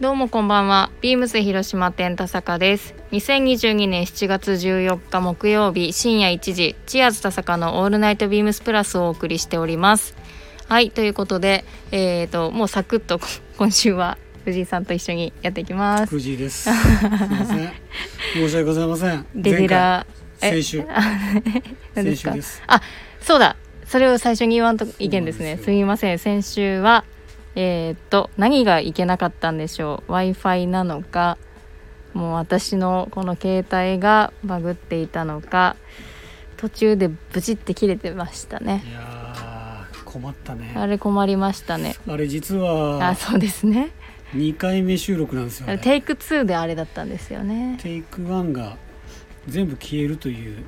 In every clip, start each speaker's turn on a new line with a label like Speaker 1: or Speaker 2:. Speaker 1: どうもこんばんは。ビームス広島店田坂です。2022年7月14日木曜日深夜1時、チアーズ田坂のオールナイトビームスプラスをお送りしております。はい、ということで、えーと、もうサクッと今週は藤井さんと一緒にやっていきます。
Speaker 2: 藤井です。すみません。申し訳ございません。
Speaker 1: レギュラー、
Speaker 2: 前回
Speaker 1: え
Speaker 2: 先週。
Speaker 1: 何ですか
Speaker 2: 先週です
Speaker 1: あ、そうだ。それを最初に言わんといけんですね。
Speaker 2: そうなんですすよ
Speaker 1: みません。先週は、えーっと、何がいけなかったんでしょう。Wi-Fi なのか、もう私のこの携帯がバグっていたのか、途中でブチって切れてましたね。
Speaker 2: いやー困ったね。
Speaker 1: あ
Speaker 2: あれ
Speaker 1: れ困りましたね。
Speaker 2: 実
Speaker 1: あ、
Speaker 2: は
Speaker 1: そうですね。
Speaker 2: 二回目収録なんですよ、ね。
Speaker 1: テイク2であれだったんですよね。
Speaker 2: テイクワンが全部消えるという。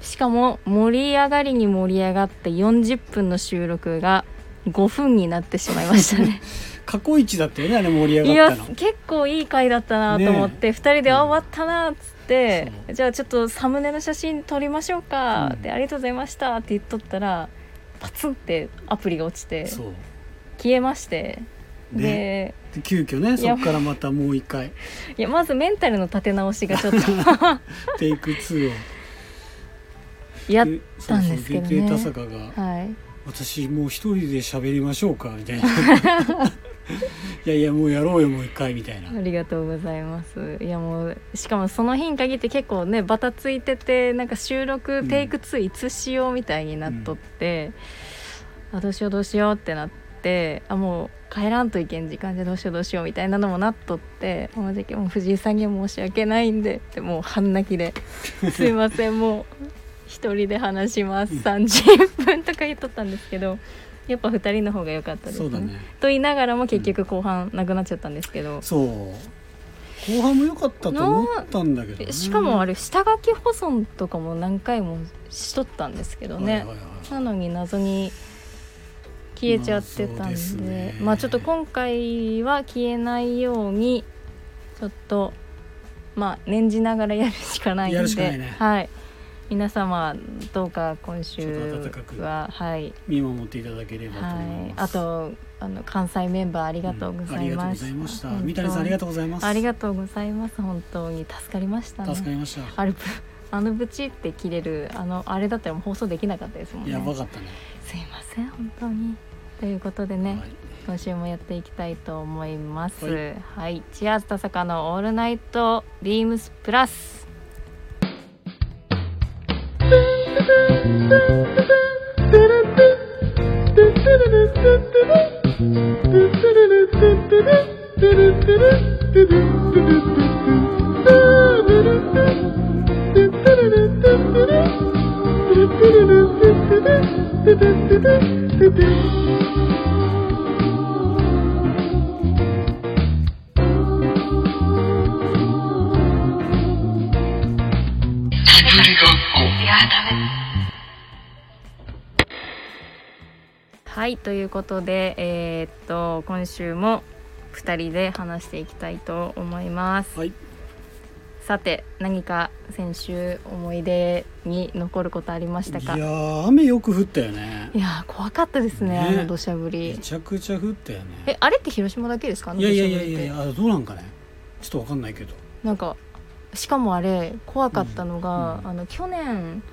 Speaker 1: しかも盛り上がりに盛り上がって40分の収録が5分になってしまいましたね。
Speaker 2: 過去一だったよねあれ 盛り
Speaker 1: い
Speaker 2: 上が
Speaker 1: や
Speaker 2: ったの。
Speaker 1: 結構いい回だったなと思って、2人で
Speaker 2: うん
Speaker 1: あ終わったなっつって、じゃあちょっとサムネの写真撮りましょうかって、
Speaker 2: うん
Speaker 1: ありがとうございましたって言っとったらパツンってアプリが落ちて
Speaker 2: そう。
Speaker 1: 消えまして
Speaker 2: ね、
Speaker 1: で
Speaker 2: で急遽ね
Speaker 1: いや
Speaker 2: そこからまたもう一回
Speaker 1: いやまずメンタルの立て直しが ちょっと
Speaker 2: テイクツーを。
Speaker 1: やったんですけどね
Speaker 2: そうそうでで田坂が
Speaker 1: はい
Speaker 2: 私もう一人で喋りましょうかみた いないやいやもうやろうよもう一回みたいな
Speaker 1: ありがとうございますいやもうしかもその日に限って結構ねバタついててなんか収録、
Speaker 2: うん
Speaker 1: テイク2いつしようみたいになっとって、あどうしようどうしようってなってあもう帰らんといけん時間でどうしようどうしようみたいなのもなっとってもうじゃもう藤井さんには申し訳ないんでってもう半泣き で「すいませんもう一人で話します30分」とか言っとったんですけどやっぱ2人の方が良かったです
Speaker 2: そうだね
Speaker 1: と言いながらも結局後半なくなっちゃったんですけど、
Speaker 2: そう後半も良かったと思ったんだけど、
Speaker 1: え
Speaker 2: ね、
Speaker 1: しかもあれ下書き保存とかも何回もしとったんですけどね、
Speaker 2: はいはいはい
Speaker 1: なのに謎に消えちゃってたんで,、ま
Speaker 2: まあそう
Speaker 1: あ
Speaker 2: ですね
Speaker 1: ちょっと今回は消えないようにちょっとまあ念じながらやるしかないんで
Speaker 2: やるしかないね
Speaker 1: はい、皆様どうか今週
Speaker 2: ちょっと温かく
Speaker 1: ははい、
Speaker 2: 見守っていただければと思
Speaker 1: はいい、
Speaker 2: ま
Speaker 1: あ
Speaker 2: す、
Speaker 1: とあの関西メンバーあり
Speaker 2: あ
Speaker 1: がとうござい
Speaker 2: ありがとう
Speaker 1: ま
Speaker 2: ご
Speaker 1: した、
Speaker 2: ざいました
Speaker 1: 本当
Speaker 2: 三谷さんありがとうございます
Speaker 1: ありがとうございます本当に助かりましたね
Speaker 2: 助かりました、
Speaker 1: あれぶ あのブチって切れるあのあれだったらもう放送できなかったですもんね
Speaker 2: やばかったね
Speaker 1: すいません本当にということでね、
Speaker 2: はい
Speaker 1: 今週もやっていきたいと思いますは、
Speaker 2: はい
Speaker 1: チアーズ田坂のオールナイトビームスプラスはいということでえーっと今週も2人で話していきたいと思います、
Speaker 2: はい
Speaker 1: さて何か先週思い出に残ることありましたか
Speaker 2: いやー雨よく降ったよね
Speaker 1: いやー怖かったですね
Speaker 2: ね
Speaker 1: あの土砂降
Speaker 2: め
Speaker 1: り
Speaker 2: ちゃくちゃ降ったよね
Speaker 1: えあれって広島だけですかあの
Speaker 2: い
Speaker 1: 土
Speaker 2: やい
Speaker 1: 砂
Speaker 2: や
Speaker 1: 降
Speaker 2: い
Speaker 1: りっ
Speaker 2: や
Speaker 1: て
Speaker 2: いやいやあどうなんかねちょっとわかんないけど
Speaker 1: なんかしかもあれ怖かったのが、
Speaker 2: うん
Speaker 1: あの去年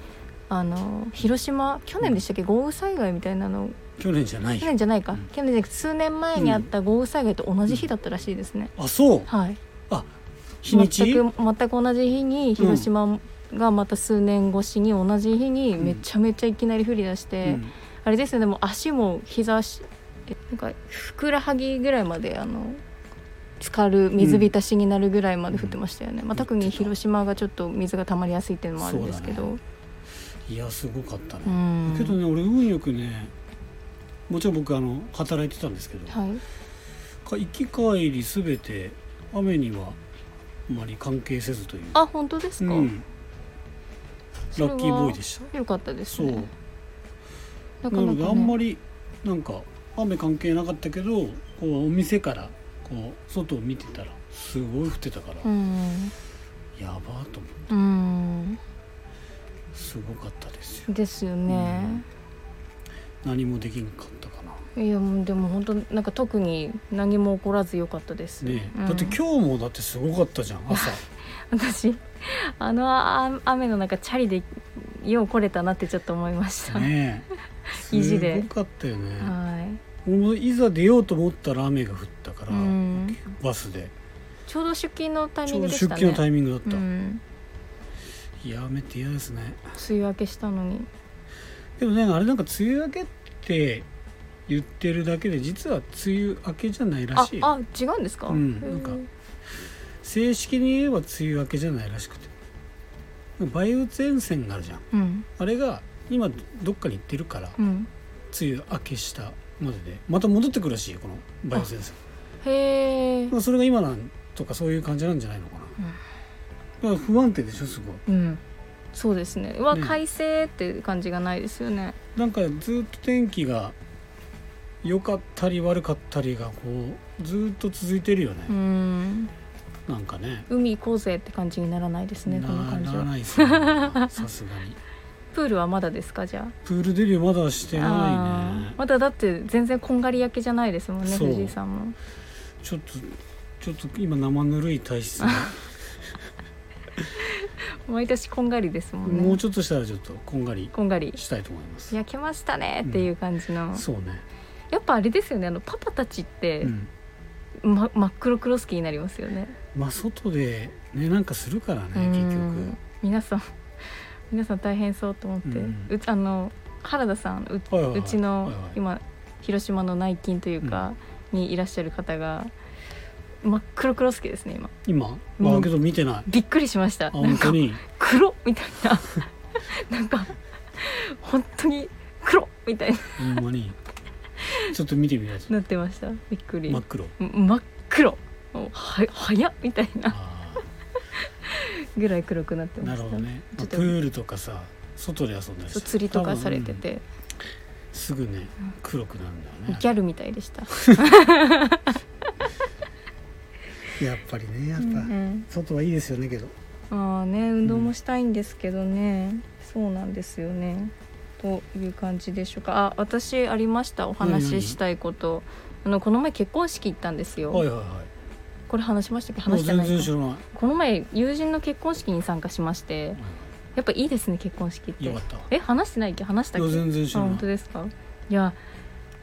Speaker 1: あの広島去年でしたっけ豪雨災害みたいなの
Speaker 2: 去年じゃない
Speaker 1: 去年じゃないか、
Speaker 2: うん
Speaker 1: 去年じゃなくて数年前にあった豪雨災害と同じ日だったらしいですね、
Speaker 2: あそう
Speaker 1: はい
Speaker 2: あ日
Speaker 1: 全
Speaker 2: にち
Speaker 1: く全く同じ日に広島がまた数年越しに同じ日にめちゃめちゃいきなり降り出して、
Speaker 2: うん
Speaker 1: あれですねでも足も膝しえなんかふくらはぎぐらいまであの浸かる水浸しになるぐらいまで降ってましたよね、まあ、特に広島がちょっと水が溜まりやすいっていうのもあるんですけど,、
Speaker 2: そういやすごかったね、
Speaker 1: ん
Speaker 2: けどね俺運よくねもちろん僕あの働いてたんですけどか
Speaker 1: はい、
Speaker 2: 行き帰り全て雨にはあまり関係せずという
Speaker 1: あ本当です
Speaker 2: う
Speaker 1: か、
Speaker 2: ん、
Speaker 1: それ
Speaker 2: ラ
Speaker 1: は
Speaker 2: ッキーボーイでした
Speaker 1: よかったです
Speaker 2: そう、
Speaker 1: ねなか
Speaker 2: な
Speaker 1: なか、
Speaker 2: の
Speaker 1: ね、
Speaker 2: であんまりなんか雨関係なかったけどこうお店からこう外を見てたらすごい降ってたから、
Speaker 1: うん
Speaker 2: やばーと思って
Speaker 1: うん
Speaker 2: すごかったですよ
Speaker 1: ですよね、
Speaker 2: 何もできんかったかな
Speaker 1: いやもうでも本当なんか特に何も起こらず良かったです、
Speaker 2: ね
Speaker 1: うん
Speaker 2: だって今日もだってすごかったじゃん朝
Speaker 1: 私あのあ雨の中チャリでよう来れたなってちょっと思いました、
Speaker 2: ね
Speaker 1: 意
Speaker 2: す
Speaker 1: 地
Speaker 2: ご
Speaker 1: で
Speaker 2: かったよね
Speaker 1: はい
Speaker 2: 俺もいざ出ようと思ったら雨が降ったから、
Speaker 1: うん
Speaker 2: バスで
Speaker 1: ちょうど出勤のタイ
Speaker 2: ち
Speaker 1: ミ
Speaker 2: ょ
Speaker 1: ン
Speaker 2: う
Speaker 1: グ
Speaker 2: ど
Speaker 1: でし
Speaker 2: 出
Speaker 1: たね
Speaker 2: 勤のタイミングだった、
Speaker 1: うん、
Speaker 2: いや雨って嫌ですね
Speaker 1: 梅雨明けしたのに
Speaker 2: でもねあれなんか梅雨明けって言ってるだけで実は梅雨明けじゃないら
Speaker 1: あ
Speaker 2: しいよ
Speaker 1: あ違うんですか、
Speaker 2: うん
Speaker 1: へー
Speaker 2: なんか正式に言えば梅雨明けじゃないらしくて梅雨前線があるじゃん
Speaker 1: うん
Speaker 2: あれが今どっかに行ってるから
Speaker 1: うん
Speaker 2: 梅雨明けしたまででまた戻ってくるらしいよこの梅雨前線
Speaker 1: へえ
Speaker 2: まあそれが今なんとかそういう感じなんじゃないのかな、まあ不安定でしょすごい
Speaker 1: うんそうですねうわ、
Speaker 2: ね
Speaker 1: 快晴っていう感じがないですよね
Speaker 2: なんかずっと天気が良かったり悪かったりがこうずっと続いてるよね
Speaker 1: う、ん
Speaker 2: なんかね
Speaker 1: 海行こうぜって感じにならないですねこの
Speaker 2: な
Speaker 1: 感じ
Speaker 2: なら
Speaker 1: は
Speaker 2: ないですねさすが に
Speaker 1: プールはまだですかじゃあ
Speaker 2: プールデビューまだしてない
Speaker 1: あ
Speaker 2: ね
Speaker 1: ーまだだって全然こんがり焼けじゃないですもんね
Speaker 2: そう
Speaker 1: 藤井さんも
Speaker 2: ちょっとちょっと今生ぬるい体質が
Speaker 1: 毎年こんがりですもんね
Speaker 2: もうちょっとしたらちょっとこんがり
Speaker 1: こんがり
Speaker 2: したいと思います
Speaker 1: 焼けましたねっていう感じの、
Speaker 2: そうね、
Speaker 1: やっぱあれですよねあのパパたちって
Speaker 2: う、ん、
Speaker 1: ま、真っ黒クロスキーになりますよね
Speaker 2: まあ外でねなんかするからね
Speaker 1: うん
Speaker 2: 結局
Speaker 1: 皆さん皆さん大変そうと思って、う
Speaker 2: うん
Speaker 1: うちあの原田さんう
Speaker 2: はいはいはいう
Speaker 1: ちの、
Speaker 2: はいはい
Speaker 1: 今広島の内勤というか、にいらっしゃる方が真っ黒クロスキーですね今
Speaker 2: 今
Speaker 1: うん
Speaker 2: まあけど見てない、
Speaker 1: びっくりしました
Speaker 2: あ
Speaker 1: なん
Speaker 2: 本
Speaker 1: か
Speaker 2: 当に
Speaker 1: 黒っみたいな なんか本当に黒っみたいに
Speaker 2: ほんまにちょっと見てみよう
Speaker 1: なってましたびっくり、
Speaker 2: 真っ黒
Speaker 1: ん真っ黒もうは早っみたいな
Speaker 2: あ
Speaker 1: ぐらい黒くなって
Speaker 2: ー
Speaker 1: ま
Speaker 2: な
Speaker 1: した
Speaker 2: るほどね、ま
Speaker 1: ちょ
Speaker 2: あ
Speaker 1: っと
Speaker 2: プールとかさ外で遊んだり
Speaker 1: そう
Speaker 2: さ
Speaker 1: 釣りとかされて
Speaker 2: 多分
Speaker 1: て、
Speaker 2: うんすぐね黒くなるんだよね
Speaker 1: ギャルみたいでした、
Speaker 2: やっぱりねやっ
Speaker 1: う
Speaker 2: ぱ、
Speaker 1: ん
Speaker 2: 外はいいですよねけど
Speaker 1: まあね運動もしたいんですけどね、そうなんですよねという感じでしょうかあ私ありましたお話ししたいことあのこの前結婚式行ったんですよ、
Speaker 2: はいはいは
Speaker 1: これ話しましたっけ
Speaker 2: いも
Speaker 1: 話
Speaker 2: う
Speaker 1: してない
Speaker 2: 全然
Speaker 1: か
Speaker 2: 知らない
Speaker 1: この前友人の結婚式に参加しましてやっぱいいですね結婚式っ
Speaker 2: よ
Speaker 1: て
Speaker 2: かったわ
Speaker 1: え話してないっけ話したっ
Speaker 2: いや
Speaker 1: け
Speaker 2: 全然知
Speaker 1: あ
Speaker 2: らない
Speaker 1: 本当ですかいや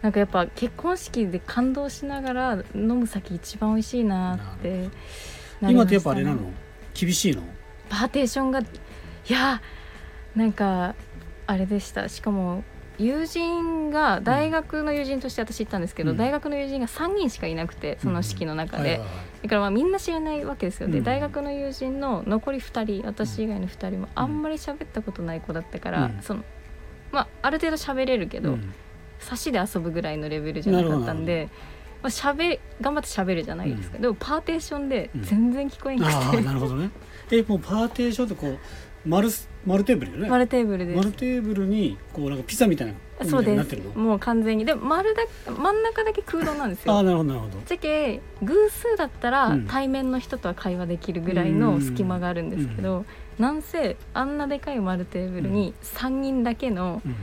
Speaker 1: なんかやっぱ結婚式で感動しながら飲む先一番美味しいなってなり
Speaker 2: 今
Speaker 1: ま
Speaker 2: っ
Speaker 1: してたね
Speaker 2: やっぱあれなの厳しいの
Speaker 1: パーテーションがいやなんかあれでしたしかも友人が大学の友人として私行ったんですけど、
Speaker 2: うん
Speaker 1: 大学の友人が3人しかいなくてその式の中で、
Speaker 2: はいはいはい
Speaker 1: だからまあみんな知らないわけですよ、で
Speaker 2: うん
Speaker 1: 大学の友人の残り2人私以外の2人もあんまり喋ったことない子だったから、
Speaker 2: うん
Speaker 1: そのまあ、ある程度喋れるけど、
Speaker 2: うん
Speaker 1: 差しで遊ぶぐらいのレベルじゃなかったんで、まあ、喋頑張って喋るじゃないですか、
Speaker 2: う
Speaker 1: でもパーテーションで
Speaker 2: うん
Speaker 1: 全然聞こえな
Speaker 2: あ
Speaker 1: く
Speaker 2: あ
Speaker 1: て、
Speaker 2: なるほどねえもうパーテーションってこう丸す丸テーブルよ ね
Speaker 1: 丸テーブルです
Speaker 2: 丸テーブルにこうなんかピザみたいなみた
Speaker 1: そ
Speaker 2: いうに
Speaker 1: で
Speaker 2: なっ
Speaker 1: す
Speaker 2: てるの
Speaker 1: もう完全にでも丸だ真ん中だけ空洞なんです
Speaker 2: あ
Speaker 1: よ
Speaker 2: あなるほどなるほど
Speaker 1: じゃけ偶数だったら
Speaker 2: うん
Speaker 1: 対面の人とは会話できるぐらいの隙間があるんですけど、なんせあんなでかい丸テーブルに3人だけの
Speaker 2: うん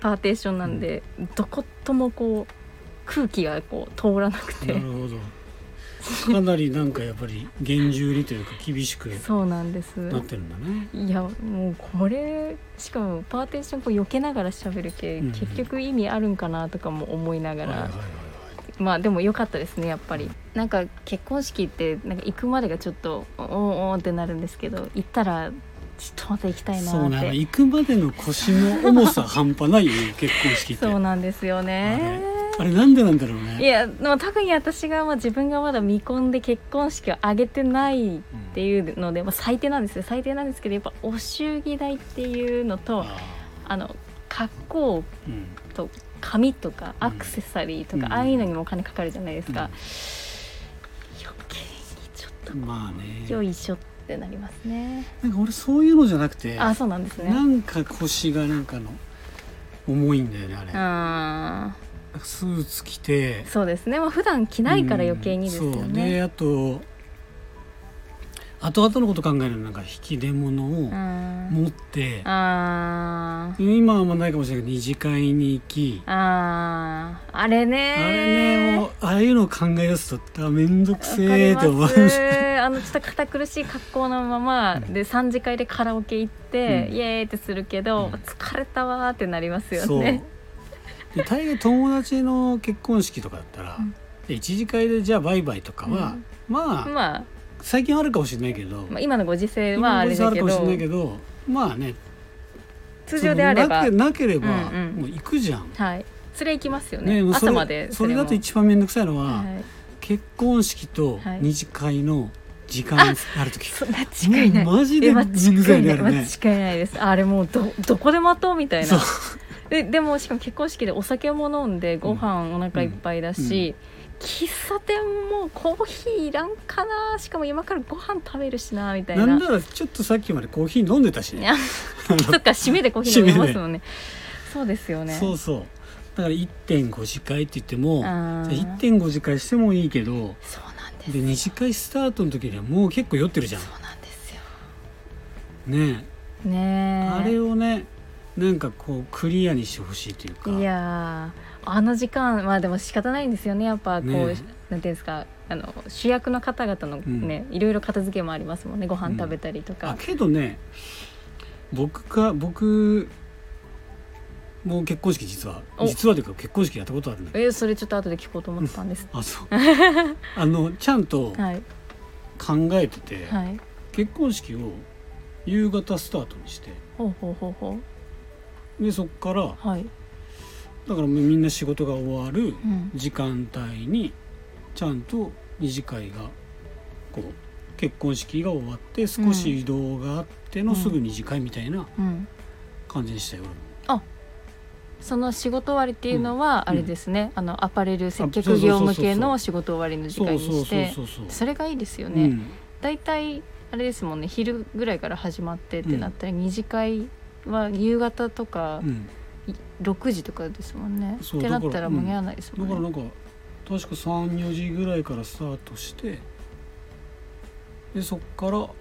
Speaker 1: パーテーションなんで、どこともこう空気がこう通らなくて
Speaker 2: なるほどかなりなんかやっぱり厳重にというか厳しく
Speaker 1: そうなんです
Speaker 2: なってるんだね
Speaker 1: いやもうこれしかもパーテーションこう避けながら喋るけ、
Speaker 2: うんうん
Speaker 1: 結局意味あるんかなとかも思いながら、
Speaker 2: はいはいはい
Speaker 1: まあでも良かったですねやっぱりなんか結婚式ってなんか行くまでがちょっとおーおーってなるんですけど行ったらちょっとまた行きた
Speaker 2: はい
Speaker 1: いな
Speaker 2: そう
Speaker 1: ーっ
Speaker 2: ね
Speaker 1: て
Speaker 2: 行くまでの腰の重さ半端ない よね結婚式って
Speaker 1: そうなんですよね
Speaker 2: あれなんでなんだろう
Speaker 1: い
Speaker 2: ね
Speaker 1: やでも特に私がまあ自分がまだ未婚で結婚式を挙げてないっ
Speaker 2: うん
Speaker 1: ていうので、まあ、最低なんですよ最低なんですけどやっぱお祝儀代っていうのと
Speaker 2: あ
Speaker 1: あの格好
Speaker 2: ーうん
Speaker 1: と髪とか
Speaker 2: うん
Speaker 1: アクセサリーとか、
Speaker 2: うん
Speaker 1: ああいうのにもお金かかるじゃないですか、
Speaker 2: うん
Speaker 1: 余計にちょっと
Speaker 2: まあね
Speaker 1: よいしょってなりますね。
Speaker 2: なんか俺そういうのじゃなくて
Speaker 1: あ、そうなんですね。
Speaker 2: なんか腰がなんかの重いんだよねあれ、なん
Speaker 1: あ
Speaker 2: かスーツ着て
Speaker 1: ーそうですね。まあ普段着ないから余計にですよ
Speaker 2: うんそう
Speaker 1: ね。
Speaker 2: あと後々のこと考えるのなんか引き出物を
Speaker 1: うん
Speaker 2: 持って、
Speaker 1: あー
Speaker 2: 今はあんまないかもしれないけど二次会に行き、
Speaker 1: あーあれね
Speaker 2: あれねもうああいうのを考え出すとあ面倒く
Speaker 1: わ
Speaker 2: せ
Speaker 1: か
Speaker 2: え
Speaker 1: り
Speaker 2: っ
Speaker 1: ま
Speaker 2: て
Speaker 1: す
Speaker 2: 思います
Speaker 1: あのちょっと堅苦しい格好のまま
Speaker 2: うん
Speaker 1: で3次会でカラオケ行って、
Speaker 2: うん
Speaker 1: イエーイってするけど、
Speaker 2: うん
Speaker 1: 疲れたわーってなりますよ
Speaker 2: そう
Speaker 1: ね。
Speaker 2: で大概友達の結婚式とかだったら、
Speaker 1: うん
Speaker 2: で一次会でじゃあバイバイとかは、まあ、
Speaker 1: まあ、
Speaker 2: 最近はあるかもしれないけど、
Speaker 1: まあ今のご時世
Speaker 2: 今
Speaker 1: はあ
Speaker 2: の
Speaker 1: れ
Speaker 2: 時
Speaker 1: だ
Speaker 2: 代ある
Speaker 1: け
Speaker 2: かもしれ
Speaker 1: ど
Speaker 2: ないけどまあね
Speaker 1: 通常であれば、は
Speaker 2: そ
Speaker 1: い、
Speaker 2: のなけなければ、
Speaker 1: うんうん
Speaker 2: もう行くじゃん。
Speaker 1: 連れ行きますよ
Speaker 2: ね
Speaker 1: ね
Speaker 2: もうそ
Speaker 1: 朝
Speaker 2: れ
Speaker 1: まで
Speaker 2: それ
Speaker 1: も
Speaker 2: だと一番面倒くさいの
Speaker 1: は
Speaker 2: は、
Speaker 1: い、
Speaker 2: 結婚式と
Speaker 1: はい
Speaker 2: 二次会の時間ある時、
Speaker 1: そんな近いない。
Speaker 2: もうマジ
Speaker 1: え
Speaker 2: で
Speaker 1: 間
Speaker 2: 面
Speaker 1: 違
Speaker 2: 倒くさい
Speaker 1: いな
Speaker 2: ねあ
Speaker 1: い、
Speaker 2: れね。
Speaker 1: 間違いないですあれもうどどこで待とうみたい
Speaker 2: そ
Speaker 1: な
Speaker 2: う
Speaker 1: ででもしかも結婚式でお酒も飲んでご飯お腹いっぱいだし、喫茶店もコーヒーいらんかなしかも今からご飯食べるしなみたいな
Speaker 2: なんならちょっとさっきまでコーヒー飲んでたし
Speaker 1: い
Speaker 2: ね。
Speaker 1: やそっか締めでコーヒー飲みますもんねそうですよね
Speaker 2: そうそう。だから1.5次会って言っても、
Speaker 1: あー
Speaker 2: じゃあ1.5次会してもいいけど、
Speaker 1: そうなんです
Speaker 2: で二次会スタートの時にはもう結構酔ってるじゃん
Speaker 1: そ。うなんですよ
Speaker 2: ねえ、
Speaker 1: ねえ
Speaker 2: あれをね、なんかこうクリアにしてほしいというか。
Speaker 1: いやーあの時間まあでも仕方ないんですよねやっぱこう、
Speaker 2: ねえ
Speaker 1: なんていうんですかあの主役の方々のね、いろいろ片付けもありますもんねご飯食べたりとか、
Speaker 2: あけどね、僕か僕もう結婚式実は
Speaker 1: お
Speaker 2: 実はというか結婚式やったことあるんだけど。
Speaker 1: えそれちょっと後で聞こうと思ってたんです、
Speaker 2: あそうあのちゃんと
Speaker 1: はい
Speaker 2: 考えてて、
Speaker 1: はい
Speaker 2: 結婚式を夕方スタートにして
Speaker 1: ほうほうほうほ
Speaker 2: でそこから
Speaker 1: うはい、
Speaker 2: だからもうみんな仕事が終わる
Speaker 1: うん、
Speaker 2: 時間帯にちゃんと二次会がこう結婚式が終わって少し移動があって
Speaker 1: う
Speaker 2: の
Speaker 1: ん
Speaker 2: すぐ二次会みたいな
Speaker 1: うん、
Speaker 2: 感じにしたよ、
Speaker 1: その仕事終わりっていうのは
Speaker 2: う
Speaker 1: あ
Speaker 2: ん
Speaker 1: れですね、あのアパレル接
Speaker 2: あそう
Speaker 1: 客
Speaker 2: そうそう
Speaker 1: 業
Speaker 2: そう
Speaker 1: 務系の仕事終わりの時
Speaker 2: そ
Speaker 1: 間
Speaker 2: う
Speaker 1: に
Speaker 2: そう
Speaker 1: し
Speaker 2: そう
Speaker 1: て
Speaker 2: そうそう、
Speaker 1: それがいいですよ
Speaker 2: う
Speaker 1: ね、
Speaker 2: ん
Speaker 1: だいたいあれですもんね昼ぐらいから始まってってなったら二次会は夕方とか
Speaker 2: うん、
Speaker 1: い6時とかですもんね
Speaker 2: そう
Speaker 1: ってなっ
Speaker 2: だか
Speaker 1: た
Speaker 2: ら
Speaker 1: ら間に合わないです
Speaker 2: だ
Speaker 1: も
Speaker 2: から
Speaker 1: ん
Speaker 2: な
Speaker 1: ね
Speaker 2: んか確か34時ぐらいからスタートしてでそっからも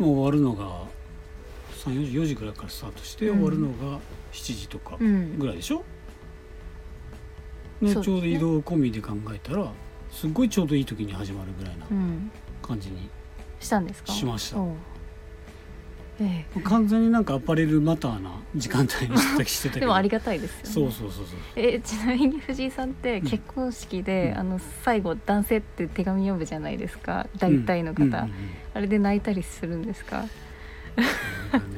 Speaker 2: う終わるのが34時4時ぐらいからスタートして、
Speaker 1: うん
Speaker 2: 終わるのが7時とか
Speaker 1: うん
Speaker 2: ぐらいでしょ、
Speaker 1: ん
Speaker 2: で
Speaker 1: そう
Speaker 2: ち
Speaker 1: です
Speaker 2: ょ
Speaker 1: ね
Speaker 2: うど移動込みで考えたらすっごいちょうどいい時に始まるぐらいな
Speaker 1: うん
Speaker 2: 感じに、
Speaker 1: したんですか
Speaker 2: しました
Speaker 1: おうえ
Speaker 2: 完全になんかアパレルマターな時間帯に出席してた
Speaker 1: え
Speaker 2: けど
Speaker 1: でもありがたいですよね
Speaker 2: そうそうそうそう
Speaker 1: えちなみに藤井さんって結婚式で、
Speaker 2: うん
Speaker 1: あの最後男性って手紙読むじゃないですか大体の方、
Speaker 2: うんうんうんうん
Speaker 1: あれで泣いたりするんですか
Speaker 2: なんかね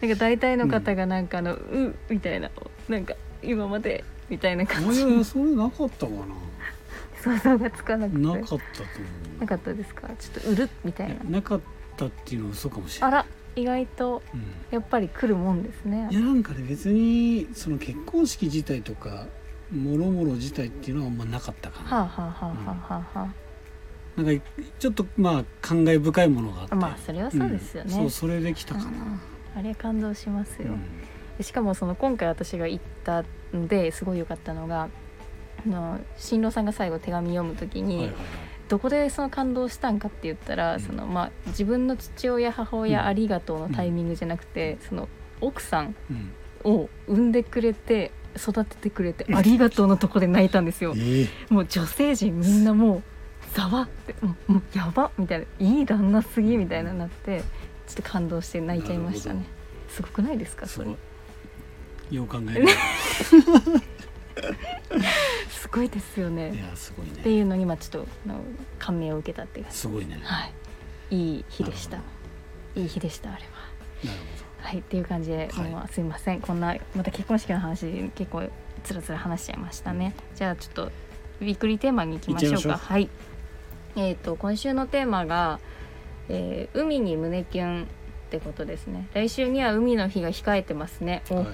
Speaker 1: なんか大体の方がなんかあの「うみたいななんか今までみたいな感
Speaker 2: あい
Speaker 1: じ
Speaker 2: やいやそれなかったか
Speaker 1: 想像がつかなくて
Speaker 2: な
Speaker 1: な
Speaker 2: なかったと思う
Speaker 1: かったですかちょっと「うる」みたいな
Speaker 2: ななかったっていうのは嘘かもしれ
Speaker 1: あ
Speaker 2: ない、
Speaker 1: ら意外とやっぱり来るもんですね
Speaker 2: うん、いやなんかね別にその結婚式自体とかもろもろ自体っていうのはあんまなかったかな,、
Speaker 1: はあはあはあはあはあは
Speaker 2: なんかちょっとまあ感慨深いものがあって
Speaker 1: あまあそれはそうですよね、
Speaker 2: んそうそれできたかな、
Speaker 1: あれ感動します
Speaker 2: う
Speaker 1: よ、
Speaker 2: ん
Speaker 1: しかもその今回私が行ったのですごい良かったのがあの新郎さんが最後手紙読む時に、
Speaker 2: はいはいはい
Speaker 1: どこでその感動したんかって言ったら、
Speaker 2: うん
Speaker 1: そのまあ、自分の父親母
Speaker 2: うん
Speaker 1: 親ありがとうのタイミングじゃなくて、その奥さん
Speaker 2: うん
Speaker 1: を産んでくれて育ててくれてありがとうのとこで泣いたんですよ。
Speaker 2: ええ
Speaker 1: もう女性陣みんなもうざわってもうもうやばみたいないい旦那すぎみたいななってちょっと感動して泣いちゃいました
Speaker 2: な
Speaker 1: ね
Speaker 2: る
Speaker 1: すごくないですか
Speaker 2: す
Speaker 1: そ
Speaker 2: ご
Speaker 1: れ
Speaker 2: いよう考 えると
Speaker 1: すごいですよ
Speaker 2: い
Speaker 1: ね
Speaker 2: やすご
Speaker 1: っ
Speaker 2: い
Speaker 1: て
Speaker 2: ね
Speaker 1: いうのに今ちょっとあの感銘を受けたっていうか
Speaker 2: すごいねなる
Speaker 1: はいいい日でした
Speaker 2: なる
Speaker 1: いい日でしたあれは
Speaker 2: ほど
Speaker 1: はいっていう感じで、
Speaker 2: はい
Speaker 1: もうすいませんこんなまた結婚式の話結構つらつら話しちゃいましたね、じゃあちょっとウィークリーテーマに行きましょう
Speaker 2: 行っちゃい
Speaker 1: か
Speaker 2: ましょ
Speaker 1: はいえっ、と今週のテーマが、えー海に胸キュンってことですね来週には海の日が控えてますね、お
Speaker 2: はい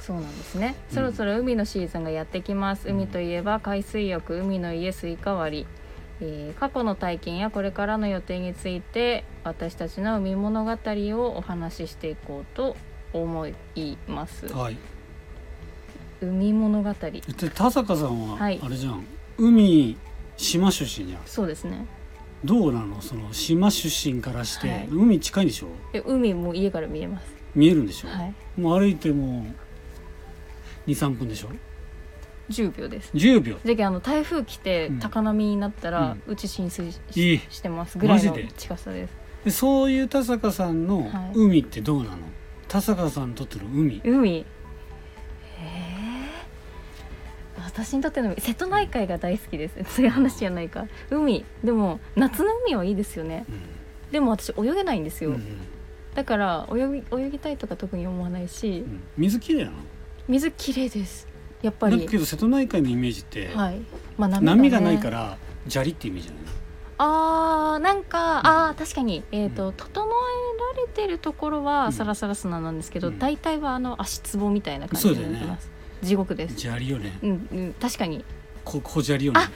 Speaker 1: そうなんですね、
Speaker 2: うん
Speaker 1: そろそろ海のシーズンがやってきます
Speaker 2: うん
Speaker 1: 海といえば海水浴海の家スイカ割り、えー過去の体験やこれからの予定について私たちの海物語をお話ししていこうと思います
Speaker 2: はい
Speaker 1: 海物語
Speaker 2: で田坂さんは
Speaker 1: はい
Speaker 2: あれじゃん、海島出身じゃん
Speaker 1: そうですね
Speaker 2: どうなのその島出身からして、
Speaker 1: はい
Speaker 2: 海近いんでしょ
Speaker 1: え海も家から見えます
Speaker 2: 見えるんでしょ、
Speaker 1: はい
Speaker 2: もう歩いても23分でしょ
Speaker 1: 10秒です
Speaker 2: 10秒
Speaker 1: じゃああの台風来て
Speaker 2: うん
Speaker 1: 高波になったら、うち浸水し
Speaker 2: いい
Speaker 1: してますぐらいの
Speaker 2: マジで
Speaker 1: 近さです
Speaker 2: でそういう田坂さんの
Speaker 1: はい
Speaker 2: 海ってどうなの、田坂さんにとっての海
Speaker 1: 海えー私にとっての海瀬戸内海が大好きです そういう話じゃないか海でも夏の海はいいですよね
Speaker 2: うん
Speaker 1: でも私泳げないんですよ、
Speaker 2: うん
Speaker 1: だから泳ぎ泳ぎたいとか特に思わないし
Speaker 2: うんうん水きれいなの
Speaker 1: 水きれいですやっぱ
Speaker 2: だ
Speaker 1: り
Speaker 2: けど瀬戸内海のイメージって、
Speaker 1: はいまあ波
Speaker 2: 波がないからら砂利ってイメージなの
Speaker 1: あーなんかあー確かにえっ、と、
Speaker 2: うん
Speaker 1: 整えられてるところ
Speaker 2: う
Speaker 1: は
Speaker 2: ん
Speaker 1: サラサラ砂なんですけど、
Speaker 2: うん
Speaker 1: 大体はあの足つぼみたいな感じになってます、地獄です
Speaker 2: 砂利よね
Speaker 1: うんうん、確かに
Speaker 2: こ小砂利よね
Speaker 1: あ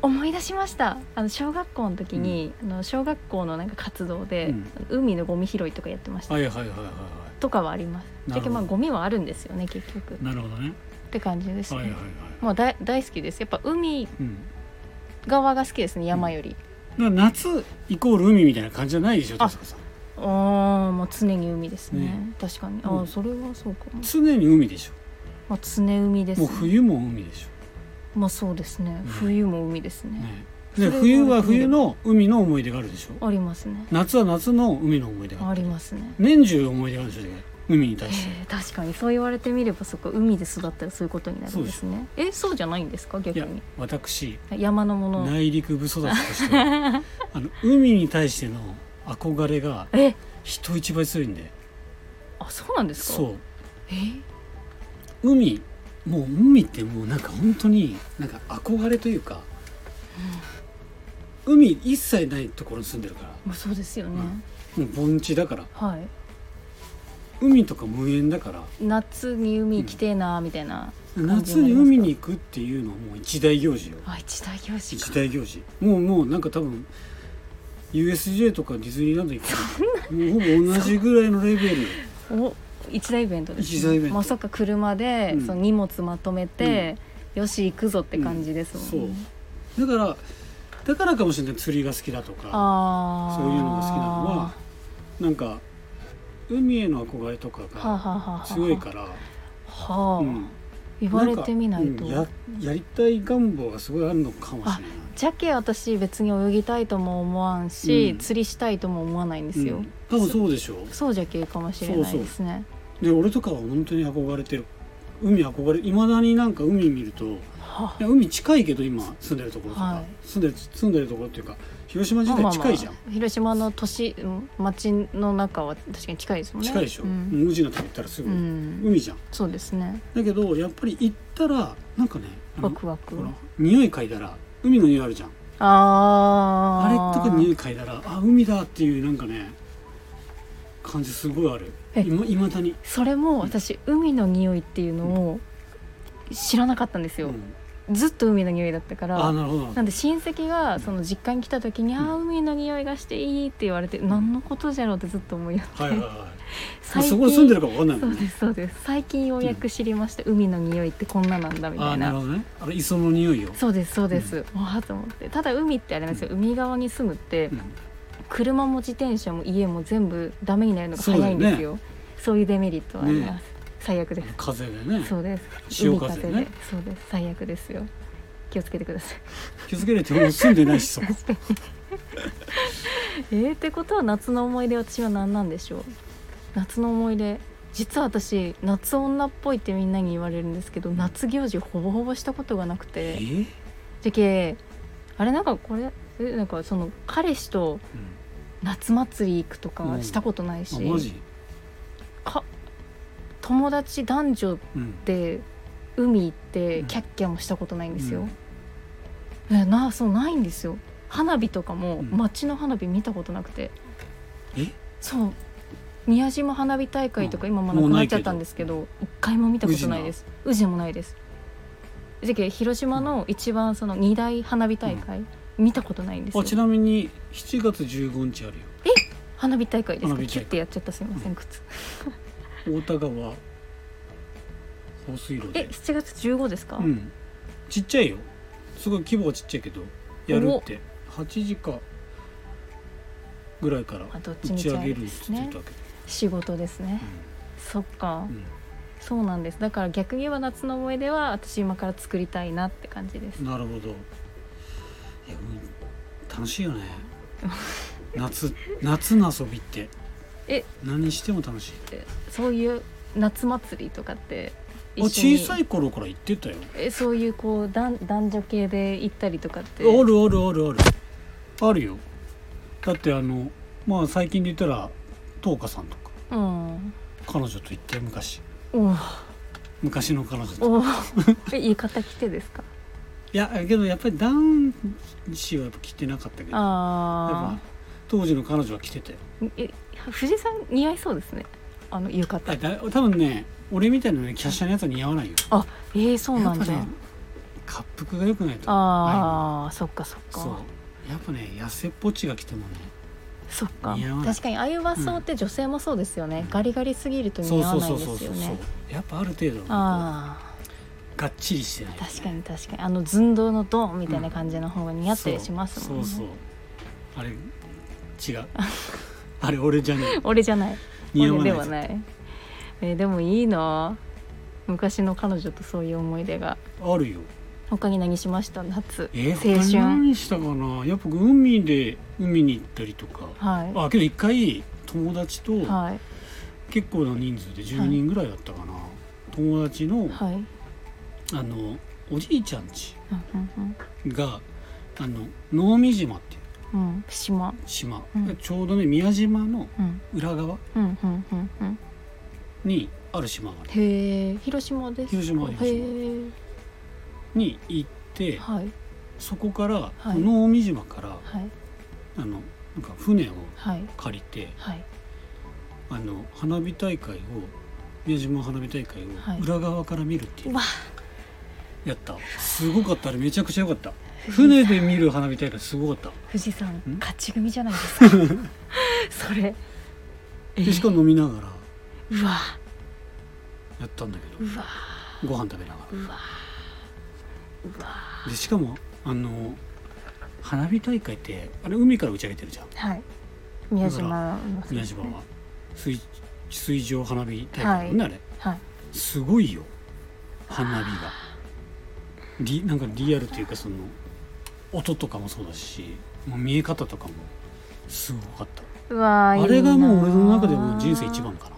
Speaker 1: 思い出しましたあの小学校の時に、あの小学校のなんか活動で、
Speaker 2: うん
Speaker 1: 海のゴミ拾いとかやってました、
Speaker 2: はいはいはいはいは
Speaker 1: とかはありますだ
Speaker 2: なるほど
Speaker 1: けどまあゴミはあるんですよね結局っ
Speaker 2: いなるほどね
Speaker 1: て感じです
Speaker 2: は
Speaker 1: ね、
Speaker 2: いはいはい
Speaker 1: もう大大好きですやっぱ海
Speaker 2: うん
Speaker 1: 側が好きですね山より、
Speaker 2: だから夏イコール海みたいな感じじゃないでしょ
Speaker 1: あ
Speaker 2: 田坂さん
Speaker 1: ああもう常に海ですね
Speaker 2: ね
Speaker 1: 確かにあ
Speaker 2: う
Speaker 1: あ
Speaker 2: ん
Speaker 1: それはそうかも、
Speaker 2: 常に海でし
Speaker 1: まあ、常海で
Speaker 2: ょ
Speaker 1: す、
Speaker 2: も
Speaker 1: ね、
Speaker 2: う冬も海でし
Speaker 1: まあそうですね、
Speaker 2: うん
Speaker 1: 冬も海です
Speaker 2: ょ、
Speaker 1: ね
Speaker 2: ね、
Speaker 1: それ
Speaker 2: で
Speaker 1: は
Speaker 2: 冬は冬の海の思い出があるでしょ
Speaker 1: ありますね
Speaker 2: 夏は夏の海の思い出が
Speaker 1: あ
Speaker 2: ある
Speaker 1: りますね
Speaker 2: 年中思い出があるでしょ海に対して
Speaker 1: えー確かにそう言われてみればそっか海で育ったらそういうことになるんですねえそうじゃないんですか
Speaker 2: い
Speaker 1: 逆
Speaker 2: や
Speaker 1: に
Speaker 2: 私
Speaker 1: 山のもの
Speaker 2: 内陸部育ちとし てはあの海に対しての憧れが
Speaker 1: え
Speaker 2: 人一倍強いんで
Speaker 1: あそうなんですか
Speaker 2: そう
Speaker 1: えー
Speaker 2: 海もう海ってもうなんか本当になんか憧れというか、海一切ないところに住んでるから
Speaker 1: まあそうですよね、
Speaker 2: うんもう盆地だから
Speaker 1: はい
Speaker 2: 海とか無縁だから
Speaker 1: 夏に海来てえなみたいな、感じ
Speaker 2: 夏
Speaker 1: になり
Speaker 2: に
Speaker 1: ますか
Speaker 2: 海に行くっていうのはもう一大行事よ
Speaker 1: あ一大行事
Speaker 2: 一
Speaker 1: か
Speaker 2: 大行事もうもうなんか多分 USJ とかディズニーランド行くともうほぼ同じぐらいのレベル
Speaker 1: お一大イベントです、ね、
Speaker 2: 一大イベント
Speaker 1: まさか車で、
Speaker 2: うん
Speaker 1: その荷物まとめて、よし行くぞって感じですもんね、
Speaker 2: そうだからだからかもしれない釣りが好きだとか
Speaker 1: ああ
Speaker 2: そういうのが好きなのはなんか海への憧れとか
Speaker 1: はあ、
Speaker 2: が
Speaker 1: はあはあはあ、
Speaker 2: 強いから、
Speaker 1: はあ、
Speaker 2: うん、
Speaker 1: 言われてみないと、
Speaker 2: んかうんややりたい願望がすごいあるのかもしれない
Speaker 1: ジャケ私別に泳ぎたいとも思わんし、
Speaker 2: うん
Speaker 1: 釣りしたいとも思わないんです
Speaker 2: う
Speaker 1: よ、
Speaker 2: ん、多分そうでしょ
Speaker 1: そうじゃけかもしれないですね
Speaker 2: で俺とかは本当に憧れてる海憧れいまだになんか海見るとい
Speaker 1: は
Speaker 2: や海近いけど今住んでるところとか、
Speaker 1: はい
Speaker 2: 住んでる住んでるところっていうか広島
Speaker 1: あ
Speaker 2: 自
Speaker 1: まあま
Speaker 2: 体
Speaker 1: あ
Speaker 2: 近いじゃん、
Speaker 1: 広島の都市うん町の中は確かに近いですもんね
Speaker 2: 近いでしょ、
Speaker 1: う
Speaker 2: も
Speaker 1: ん、
Speaker 2: う宇治のとこ行ったらすぐ、
Speaker 1: うん
Speaker 2: 海じゃん
Speaker 1: そうですね
Speaker 2: だけどやっぱり行ったらなんかねあの
Speaker 1: ワクワク
Speaker 2: ほら匂い嗅いだら海の匂いあるじゃん
Speaker 1: あ
Speaker 2: あれ
Speaker 1: ー
Speaker 2: とか匂い嗅いだらあ海だっていうなんかね感じすごいある
Speaker 1: え
Speaker 2: いまだに、
Speaker 1: それも私海の匂いっていうのを知らなかったんです
Speaker 2: う
Speaker 1: よ、
Speaker 2: ん、
Speaker 1: ずっと海の匂いだったか
Speaker 2: あ
Speaker 1: ら
Speaker 2: なるほどなるほ
Speaker 1: な
Speaker 2: ど
Speaker 1: んで親戚がその実家に来た時に「あー海の匂いがしていい」って言われて何のことじゃろうってずっと思いながら
Speaker 2: はいはいはい、まあ、
Speaker 1: 最近
Speaker 2: そこに住んでるかわかんないも
Speaker 1: そ
Speaker 2: ん
Speaker 1: う
Speaker 2: ね
Speaker 1: ですそうです最近ようやく知りました、海の匂いってこんななんだみた
Speaker 2: あ
Speaker 1: い
Speaker 2: な
Speaker 1: な
Speaker 2: るほどねあれ磯の匂いよ、
Speaker 1: そうですそうです、わあと思ってただ海ってあれなんですよ、海側に住むって
Speaker 2: うん
Speaker 1: 車も自転車も家も全部ダメになるのが早いんですよそういうデメリットはあります、最悪です
Speaker 2: 風でね
Speaker 1: そうです
Speaker 2: 潮風ね
Speaker 1: 海でそうです最悪ですよ気をつけてください
Speaker 2: 気づけれてもう住んでないしそこ
Speaker 1: えー、ってことは夏の思い出私は何なんでしょう夏の思い出実は私夏女っぽいってみんなに言われるんですけど夏行事ほぼほぼしたことがなくて
Speaker 2: えー
Speaker 1: じゃけあれなんかこれえなんかその彼氏と夏祭り行くとかしたことないし、
Speaker 2: うん、あマジ、
Speaker 1: か友達男女
Speaker 2: うん、
Speaker 1: で海行っ
Speaker 2: う
Speaker 1: て
Speaker 2: ん
Speaker 1: キャッキャもしたことないんです
Speaker 2: う
Speaker 1: よ
Speaker 2: ん、
Speaker 1: ねなそうないんですよ花火とかも
Speaker 2: うん
Speaker 1: 街の花火見たことなくて、
Speaker 2: え
Speaker 1: そう宮島花火大会とか
Speaker 2: うん
Speaker 1: 今もうなくなっちゃったんですけど一回も見たことないです宇治もないですじゃけ広島の一番その二大花火大会、見たことないんですよ
Speaker 2: あちなみに7月15日あるよ
Speaker 1: 花火大会です
Speaker 2: 花
Speaker 1: か
Speaker 2: 火大会
Speaker 1: キュッてやっちゃったすいません靴
Speaker 2: 大田川放水路
Speaker 1: え
Speaker 2: で
Speaker 1: 7月15ですか、
Speaker 2: うんちっちゃいよすごい規模はちっちゃいけどやるって8時かぐらいから
Speaker 1: あどっち
Speaker 2: 打
Speaker 1: み
Speaker 2: ち
Speaker 1: ち
Speaker 2: 上
Speaker 1: あ
Speaker 2: げ
Speaker 1: れ
Speaker 2: るっ
Speaker 1: で
Speaker 2: つ
Speaker 1: す
Speaker 2: って
Speaker 1: ね
Speaker 2: たけど、
Speaker 1: 仕事ですねそっか、
Speaker 2: うん
Speaker 1: そうなんですだから逆に言えば夏の思い出は私今から作りたいなって感じです
Speaker 2: うん、なるほどいやもう楽しいよ ね夏夏の遊びって
Speaker 1: え
Speaker 2: 何しても楽しい
Speaker 1: そういう夏祭りとかって
Speaker 2: あ小さ
Speaker 1: い
Speaker 2: い頃から行ってたよ
Speaker 1: えそういうこう男男女系で行ったりとかって
Speaker 2: あるあるあるあるあるよだってあのまあ最近で言ったら東花さんとか
Speaker 1: うん
Speaker 2: 彼女と行って昔
Speaker 1: お
Speaker 2: 昔の彼女と
Speaker 1: お え浴衣着てですか
Speaker 2: いやけどやっぱり男子はやっぱ着てなかったけどやっ
Speaker 1: あ
Speaker 2: ぱ当時の彼女は着てたよ
Speaker 1: あえ藤井さん似合いそうですねあの浴
Speaker 2: だ
Speaker 1: 衣
Speaker 2: だ多分ね俺みたいなね華奢なやつは似合わないよ
Speaker 1: あえー、そうなんじゃ
Speaker 2: やっぱね滑覆が良くないと
Speaker 1: ああそっかそっか
Speaker 2: そうやっぱね痩せっぽっちが着てもね
Speaker 1: そっか
Speaker 2: 似合わない
Speaker 1: 確かにああいう和装って女性もそうですよね、ガリガリすぎると似合わないですよね
Speaker 2: やっぱある程度のこ
Speaker 1: あ
Speaker 2: うがっちりしてない
Speaker 1: あ確かに確かにあの寸胴のドーンみたいな感じの方が似合ったりしますもんね、
Speaker 2: そうそうそうあれ違う あれ俺じゃねえ
Speaker 1: 俺じゃない
Speaker 2: 似合わない
Speaker 1: 俺ではない、えーでもいいな昔の彼女とそういう思い出が
Speaker 2: あるよ
Speaker 1: 他に何しました夏、
Speaker 2: えー、
Speaker 1: 青
Speaker 2: 他に
Speaker 1: 春
Speaker 2: 何したかなやっぱ海で海に行ったりとか
Speaker 1: は
Speaker 2: あけど一回友達と
Speaker 1: いはい
Speaker 2: 結構な人数で10人ぐらいだったかな、友達の
Speaker 1: はい、うん
Speaker 2: あのおじいちゃんち
Speaker 1: うん
Speaker 2: があの能見島っていう
Speaker 1: うんうん島
Speaker 2: 島、
Speaker 1: うん
Speaker 2: ちょうどね宮島の
Speaker 1: うん
Speaker 2: 裏側
Speaker 1: うんうんうんうん
Speaker 2: にある島がある
Speaker 1: へえ広島ですか
Speaker 2: 広島広島
Speaker 1: へ
Speaker 2: に行って
Speaker 1: えはい
Speaker 2: そこから
Speaker 1: はい
Speaker 2: 能見島から、
Speaker 1: はい
Speaker 2: あのなんか船を
Speaker 1: はい
Speaker 2: 借りて
Speaker 1: はい
Speaker 2: あの花火大会を宮島花火大会
Speaker 1: はい
Speaker 2: を裏側から見るっていうう、
Speaker 1: わ
Speaker 2: やったすごかったあれめちゃくちゃ良かった船で見る花火大会すごかっ
Speaker 1: 富士山
Speaker 2: ん
Speaker 1: 勝ち組じゃないですか それ
Speaker 2: たでしかも飲みながら
Speaker 1: うわ
Speaker 2: やったんだけ
Speaker 1: うわ
Speaker 2: どご飯食べなが
Speaker 1: うわ
Speaker 2: らでしかもあの花火大会ってあれ海から打ち上げてるじゃん
Speaker 1: はい宮島
Speaker 2: 宮島は水水上花火大会だもんね、あれ
Speaker 1: はい
Speaker 2: すごいよ花火がリなんかリアルというかその音とかもそうだしもう見え方とかもすごかった
Speaker 1: うわ
Speaker 2: あれがもう俺の中でも人生一番かな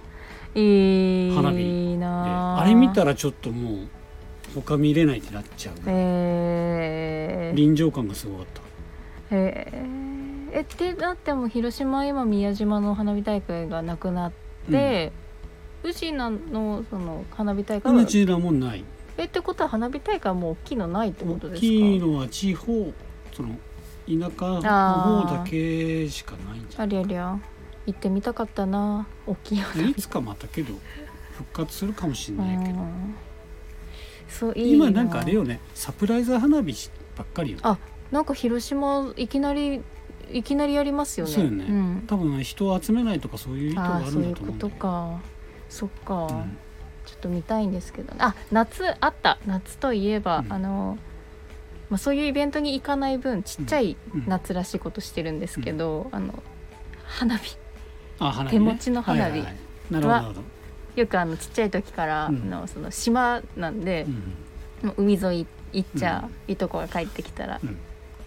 Speaker 2: い
Speaker 1: い
Speaker 2: 花火で
Speaker 1: いい
Speaker 2: で
Speaker 1: な
Speaker 2: あれ見たらちょっともう他見れないってなっちゃうぐらい
Speaker 1: えー、
Speaker 2: 臨場感がすごかった
Speaker 1: えー、えってなっても広島今宮島の花火大会がなくなって、宇品のその花火大会
Speaker 2: う
Speaker 1: は
Speaker 2: ちらもない
Speaker 1: えってことは花火大会はもう大きいのないってこ
Speaker 2: 大
Speaker 1: とですか
Speaker 2: きいのは地方その田舎の方だけしかないんじゃ
Speaker 1: ありゃりゃ行ってみたかったな大きいよ
Speaker 2: ないいつかまたけど復活するかもしれ
Speaker 1: う
Speaker 2: ないけど
Speaker 1: んそういい
Speaker 2: 今なんかあれよねサプライズ花火ばっかりよね
Speaker 1: あなんか広島いきなりいきなりやりますよね
Speaker 2: そうよね
Speaker 1: ん、
Speaker 2: 多分人を集めないとかそういう意図が
Speaker 1: あ
Speaker 2: あ
Speaker 1: あ
Speaker 2: る
Speaker 1: そうんいう
Speaker 2: だ
Speaker 1: こ
Speaker 2: と思うんだ
Speaker 1: と
Speaker 2: けど
Speaker 1: かそっか、
Speaker 2: うん
Speaker 1: ちょっと見たいんですけどあ夏あった夏といえば、
Speaker 2: うん
Speaker 1: あの、まあ、そういうイベントに行かない分ちっちゃい
Speaker 2: うん
Speaker 1: 夏らしいことしてるんですけど、あの花火
Speaker 2: あ花火ね
Speaker 1: 手持ちの花火
Speaker 2: はいはいはいなるほどなるほど
Speaker 1: よくあのちっちゃい時から
Speaker 2: うん
Speaker 1: の,、その島なんで
Speaker 2: う、ん
Speaker 1: もう海沿い行っちゃ、ういとこが帰ってきたら、
Speaker 2: うん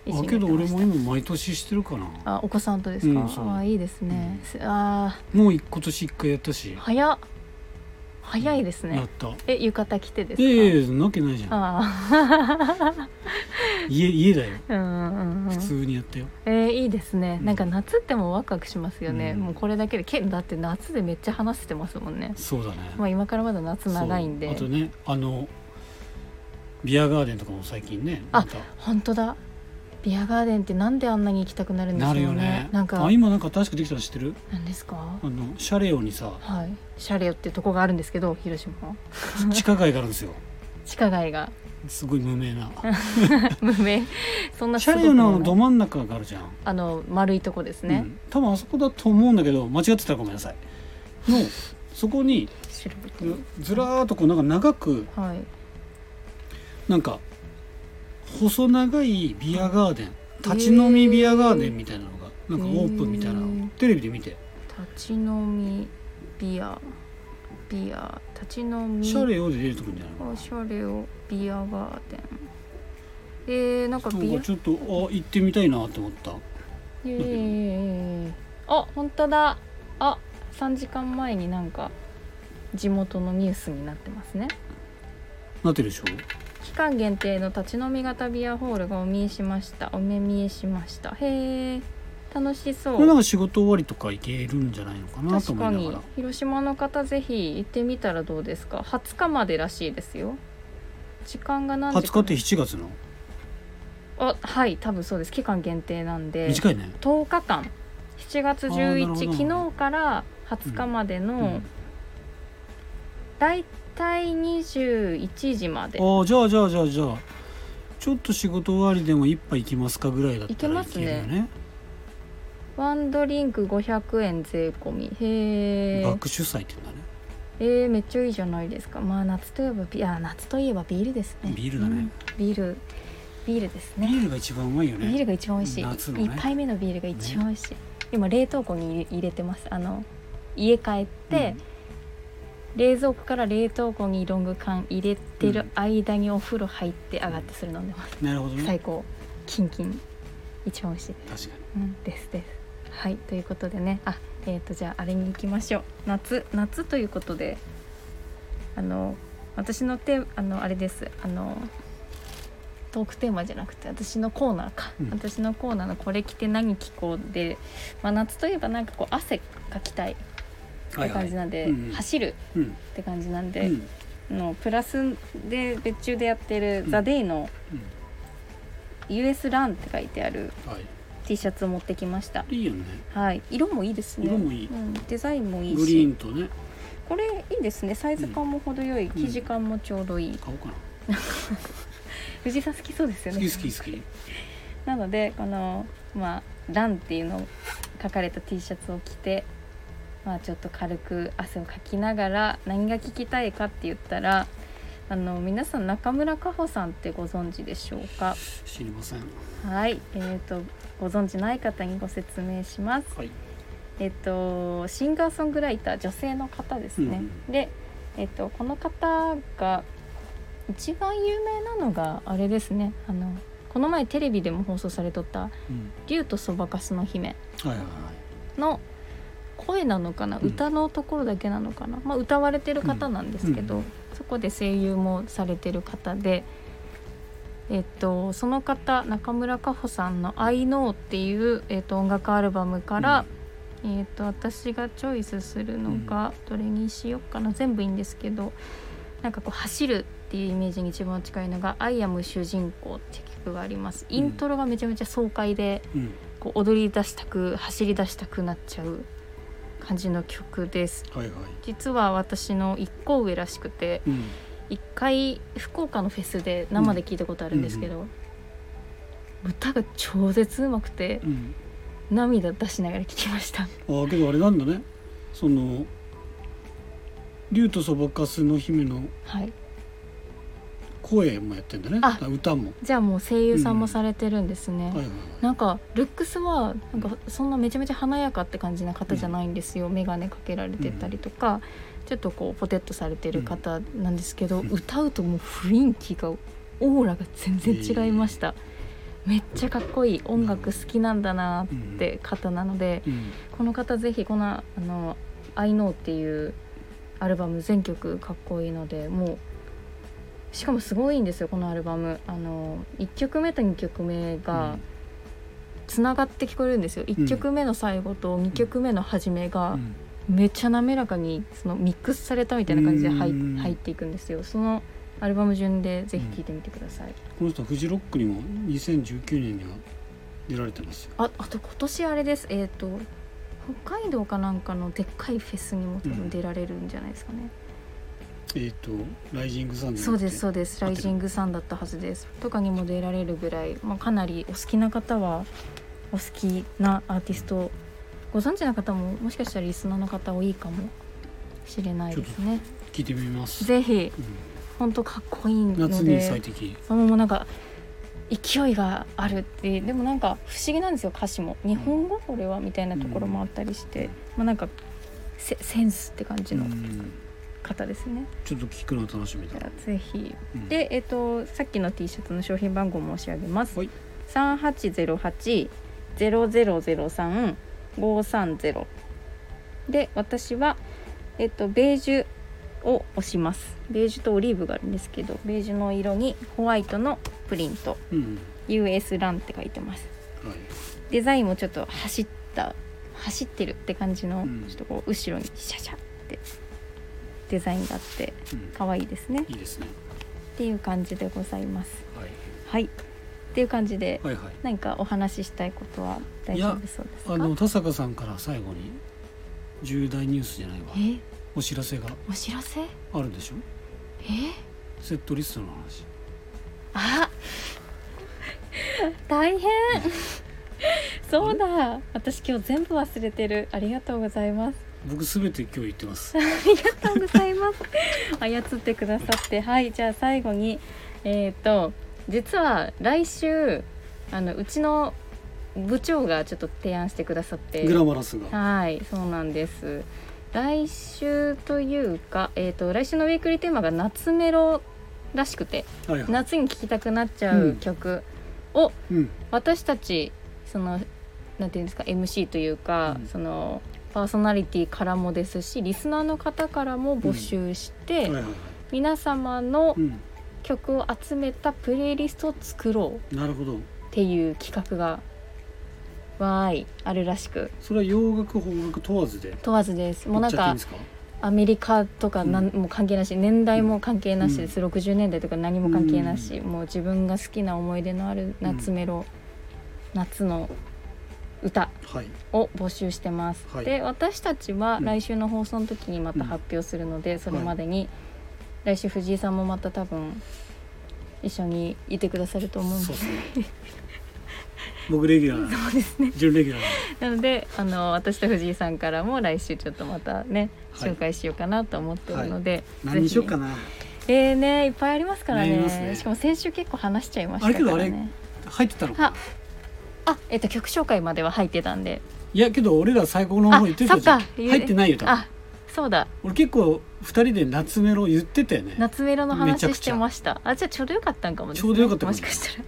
Speaker 1: 一緒
Speaker 2: あ
Speaker 1: に
Speaker 2: けど
Speaker 1: やって
Speaker 2: 俺
Speaker 1: ました
Speaker 2: も今毎年してるかな
Speaker 1: あお子さんとですか、
Speaker 2: うんそう
Speaker 1: あいいですね、あ
Speaker 2: もう一今年一回やったし
Speaker 1: ー早っ早いですね、
Speaker 2: やった
Speaker 1: え浴衣着てです
Speaker 2: い
Speaker 1: か、
Speaker 2: やいやいやなわけないじゃん
Speaker 1: あ
Speaker 2: 家家だよ
Speaker 1: あうんうんうん
Speaker 2: 普通にやったよ
Speaker 1: えー、いいですね、
Speaker 2: うん
Speaker 1: なんか夏ってもうワクワクしますよね、
Speaker 2: うん
Speaker 1: もうこれだけでけだって夏でめっちゃ話せてますもんね
Speaker 2: そうだね
Speaker 1: まあ今からまだ夏長いん
Speaker 2: そう
Speaker 1: で
Speaker 2: あとねあのビアガーデンとかも最近ね
Speaker 1: あ
Speaker 2: また
Speaker 1: 本当だビアガーデンってなんであんなに行きたくなるんです
Speaker 2: な
Speaker 1: か
Speaker 2: る
Speaker 1: ね
Speaker 2: よね
Speaker 1: なんか
Speaker 2: あ今なんか確かできたの知ってる
Speaker 1: なんですか
Speaker 2: あのシャレオにさ
Speaker 1: はいシャレオってとこがあるんですけど広島
Speaker 2: 地下街があるんですよ
Speaker 1: 地下街 が
Speaker 2: すごい 無名な
Speaker 1: 無名そんな
Speaker 2: シャ
Speaker 1: すご
Speaker 2: レオ
Speaker 1: くも
Speaker 2: の
Speaker 1: ない
Speaker 2: ど真ん中があるじゃん
Speaker 1: あの丸いとこですね
Speaker 2: う、ん、多分あそこだと思うんだけど間違ってたらごめんなさいのそこに
Speaker 1: 調べて
Speaker 2: ずずらーっとこうなんか長く
Speaker 1: はい
Speaker 2: なんか細長いビアガーデン立ち飲みビアガーデンみたいなのがなんかオープンみたいな
Speaker 1: へー
Speaker 2: のテレビで見て
Speaker 1: 立ち飲みビアビア立ち飲み
Speaker 2: シャレオで出てくるんじゃないか
Speaker 1: おしゃれをビアガーデンえー、なんか
Speaker 2: なな
Speaker 1: ビ
Speaker 2: ん
Speaker 1: ア
Speaker 2: かちょっとあ行ってみたいなって思った
Speaker 1: イエーイあ本当だあ3時間前になんか地元のニュースになってますね
Speaker 2: なってるでしょ
Speaker 1: 期間限定の立ち飲み型ビアホールがお見えしましたお目見えしましたへえ楽しそ
Speaker 2: これなん
Speaker 1: う
Speaker 2: か仕事終わりとか行けるんじゃないのかな
Speaker 1: 確
Speaker 2: と思
Speaker 1: か
Speaker 2: いなが
Speaker 1: に
Speaker 2: ら
Speaker 1: 広島の方ぜひ行ってみたらどうですか20日までらしいですよ時間が何時
Speaker 2: 20日
Speaker 1: か
Speaker 2: っ
Speaker 1: な
Speaker 2: て7月の
Speaker 1: あはい多分そうです期間限定なんで
Speaker 2: 短いね
Speaker 1: 10日間7月
Speaker 2: あーなるほ
Speaker 1: 11
Speaker 2: ど
Speaker 1: 昨日から20日まで
Speaker 2: うん
Speaker 1: のだいたい21時まで
Speaker 2: ああじゃあじゃあじゃあじゃあちょっと仕事終わりでも一杯行きますかぐらいだったら
Speaker 1: 行
Speaker 2: 行
Speaker 1: けます
Speaker 2: け
Speaker 1: ね
Speaker 2: るよね
Speaker 1: ワンドリンク500円税込みへえ
Speaker 2: バック主催って言うんだね
Speaker 1: えー、めっちゃいいじゃないですかまあ夏といえばビあ夏といえばビールですね
Speaker 2: ビールだね
Speaker 1: うんビールビールです
Speaker 2: ビ
Speaker 1: ね
Speaker 2: ールが一番うまいよ
Speaker 1: ビール
Speaker 2: ね
Speaker 1: が一番美味しい、
Speaker 2: 夏のね
Speaker 1: 一杯目のビールが一番美味しい、今冷凍庫に入れ入れてますあの家帰って、冷蔵庫から冷凍庫にロング缶入れてる間にお風呂入って上がってする飲んでます、
Speaker 2: うんなるほどね
Speaker 1: 最高キンキン一番美味しいです、
Speaker 2: 確かに
Speaker 1: うん、ですですはいということでねあえっ、とじゃああれに行きましょう夏夏ということであの私のテーあのあれですあのトークテーマじゃなくて私のコーナーか、
Speaker 2: うん
Speaker 1: 私のコーナーの「これ着て何着こうで」まあ、夏といえばなんかこう汗かきたいって感じなんで、
Speaker 2: はいはいうんうん
Speaker 1: 走る
Speaker 2: うん
Speaker 1: って感じなんで、
Speaker 2: うん
Speaker 1: のプラスで別注でやってる
Speaker 2: うん
Speaker 1: ザ・デイの US ランって書いてある
Speaker 2: うんはい
Speaker 1: T シャツを持ってきました
Speaker 2: いいよね
Speaker 1: はい色もいいですね
Speaker 2: 色もいい
Speaker 1: うん、デザインもいいし
Speaker 2: グリーンとね
Speaker 1: これいいですねサイズ感も程よい、生地感もちょうどいい、
Speaker 2: 買おうかな
Speaker 1: 藤井さん好きそうですよ
Speaker 2: 好
Speaker 1: ね
Speaker 2: き好き好き
Speaker 1: なのでこのまあ「ラン」っていうの書かれた T シャツを着てまあちょっと軽く汗をかきながら何が聞きたいかって言ったらあの皆さん中村佳穂さんってご存知でしょうか
Speaker 2: 知りませんは
Speaker 1: はい、えー、とご存知ない方にご説明します。
Speaker 2: い
Speaker 1: えっ、とシンガーソングライター女性の方ですね。で、えっ、とこの方が一番有名なのがあれですね。あのこの前テレビでも放送されとった
Speaker 2: うん
Speaker 1: 竜とそばかすの姫
Speaker 2: はいはいは
Speaker 1: の声なのかな、
Speaker 2: うん
Speaker 1: 歌のところだけなのかな、まあ、歌われてる方なんですけど、
Speaker 2: うん
Speaker 1: そこで声優もされてる方で、えっと、その方中村佳穂さんの「I know」っていう、えっと、音楽アルバムか
Speaker 2: い
Speaker 1: ら、えっと、私がチョイスするのがどれにしようかな全部いいんですけどなんかこう走るっていうイメージに一番近いのが「アイアム主人公」っていう曲があります。イントロがめちゃめちゃ爽快で、
Speaker 2: うんうん
Speaker 1: こう踊り出したく走り出したくなっちゃう感じの曲です
Speaker 2: はいはい
Speaker 1: 実は私の一個上らしくて
Speaker 2: うん
Speaker 1: 一回福岡のフェスで生で聞いたことあるんですけど、歌が超絶うまくて
Speaker 2: うん
Speaker 1: 涙出しながら聞きました
Speaker 2: ああけどあれなんだねその竜とそばかすの姫の
Speaker 1: はい
Speaker 2: 声もやってんだね
Speaker 1: あ
Speaker 2: 歌も
Speaker 1: じゃあもう声優さんもされてるんですね、
Speaker 2: はいはい
Speaker 1: なんかルックスはなんかそんなめちゃめちゃ華やかって感じな方じゃないんですよ、眼鏡かけられてたりとか、ちょっとこうポテッとされてる方なんですけど、
Speaker 2: うん
Speaker 1: 歌うともう雰囲気がオーラが全然違いました、めっちゃかっこいい音楽好きなんだな
Speaker 2: うん
Speaker 1: って方なので、
Speaker 2: うん
Speaker 1: この方ぜひこの「あの I know」っていうアルバム全曲かっこいいのでもうしかもすごいんですよこのアルバムあの1曲目と2曲目が、つながって聞こえるんですよ1曲目の最後と2曲目の始め
Speaker 2: う
Speaker 1: が
Speaker 2: ん
Speaker 1: めっちゃ滑らかにそのミックスされたみたいな感じで入っ
Speaker 2: うん
Speaker 1: 入っていくんですよそのアルバム順でぜひ聴いてみてください、
Speaker 2: この人はフジロックにも2019年には出られてますよ
Speaker 1: ああと今年あれですえっ、と北海道かなんかのでっかいフェスにも多分出られるんじゃないですかね、
Speaker 2: えっとライジングサンデー
Speaker 1: そうですそうです
Speaker 2: 合
Speaker 1: ラ
Speaker 2: ってる
Speaker 1: イジングさんだったはずですとかにも出られるぐらい、まあ、かなりお好きな方はお好きなアーティストご存知の方ももしかしたらリスナーの方多いかもしれないですね
Speaker 2: 聞いてみます
Speaker 1: ぜひ
Speaker 2: うん
Speaker 1: 本当かっこいいの
Speaker 2: 夏に
Speaker 1: で
Speaker 2: 最適
Speaker 1: そのもうなんか勢いがあるってでもなんか不思議なんですよ歌詞も日本語これはみたいなところもあったりして、まあなんかセセンスって感じの
Speaker 2: うん
Speaker 1: 方ですね、
Speaker 2: ちょっと聞くの楽しみ
Speaker 1: じ
Speaker 2: だ
Speaker 1: ゃ。あぜひ
Speaker 2: うん、
Speaker 1: でえっ、とさっきの T シャツの商品番号申し上げます
Speaker 2: はい
Speaker 1: 三八ゼロ八ゼロゼロゼロ三五三ゼロで私はえっ、とベージュを押しますベージュとオリーブがあるんですけどベージュの色にホワイトのプリント
Speaker 2: うん、
Speaker 1: US ランって書いてます
Speaker 2: はい。
Speaker 1: デザインもちょっと走った走ってるって感じの、
Speaker 2: うん
Speaker 1: ちょっとこう後ろにシャシャってデザインがあって
Speaker 2: うん、
Speaker 1: 可愛いですねっ
Speaker 2: いいですね。
Speaker 1: ていう感じでございます
Speaker 2: はい。
Speaker 1: はいっていう感じで、
Speaker 2: はいはい。
Speaker 1: 何かお話ししたいことは大丈夫そうですか
Speaker 2: あの田坂さんから最後に重大ニュースじゃないわ。
Speaker 1: え
Speaker 2: お知らせが
Speaker 1: お知らせえ
Speaker 2: あるでしょ。セットリストの話。
Speaker 1: あ大変そうだ私今日全部忘れてるありがとうございます
Speaker 2: 僕すべて今日言ってます。
Speaker 1: ありがとうござい ます。操ってくださって、はい、じゃあ最後に、えっ、と、実は来週。あの、うちの部長がちょっと提案してくださって。
Speaker 2: グラマラスが。
Speaker 1: はい、そうなんです。来週というか、えっ、と、来週のウィークリーテーマが夏メロらしくて、
Speaker 2: はいはい。
Speaker 1: 夏に聴きたくなっちゃう曲を。
Speaker 2: うん。
Speaker 1: 私たちそのなんていうんですか MC というか、
Speaker 2: うん
Speaker 1: そのパーソナリティからもですしリスナーの方からも募集して、
Speaker 2: はいはいはい。
Speaker 1: 皆様の
Speaker 2: うん。
Speaker 1: 曲を集めたプレイリストを作ろう
Speaker 2: なるほど。
Speaker 1: っていう企画がわーいあるらしく
Speaker 2: それは洋楽邦楽問わずで。
Speaker 1: 問わずですもう
Speaker 2: 言
Speaker 1: な
Speaker 2: っ
Speaker 1: ん
Speaker 2: ちゃっていい
Speaker 1: か
Speaker 2: んですか。
Speaker 1: アメリカとかなん、もう関係なし年代も関係なしです、60年代とか何も関係なし、もう自分が好きな思い出のある夏メロ、夏の歌
Speaker 2: はい。
Speaker 1: を募集してます、
Speaker 2: はい
Speaker 1: で私たちは
Speaker 2: うん
Speaker 1: 来週の放送の時にまた発表するので、それまでに、来週藤井さんもまた多分一緒にいてくださると思うんで
Speaker 2: そうですね。僕レギュラーなんで。
Speaker 1: そうですね
Speaker 2: 準レギュラーなんで。
Speaker 1: なのであの私と藤井さんからも来週ちょっとまたね
Speaker 2: はい
Speaker 1: 紹介しようかなと思ってるので、
Speaker 2: 何にしようかな。
Speaker 1: えーねいっぱいありますからね
Speaker 2: ねありますね
Speaker 1: しかも先週結構話しちゃいまし
Speaker 2: あ
Speaker 1: た
Speaker 2: れ
Speaker 1: か
Speaker 2: けど
Speaker 1: らね
Speaker 2: 入ってたのか
Speaker 1: ああえっと曲紹介までは入ってたんで
Speaker 2: いやけど俺ら最高の方言ってたじゃん
Speaker 1: あそっか言う
Speaker 2: 入ってないよ多分
Speaker 1: あそうだ
Speaker 2: 俺結構二人で夏メロ言ってたよね
Speaker 1: 夏メロの
Speaker 2: めちゃく
Speaker 1: 話し
Speaker 2: ちゃ
Speaker 1: てましたあじゃあちょうどよかったんかもですね
Speaker 2: ちょうどよかったか
Speaker 1: も
Speaker 2: も
Speaker 1: しかしたら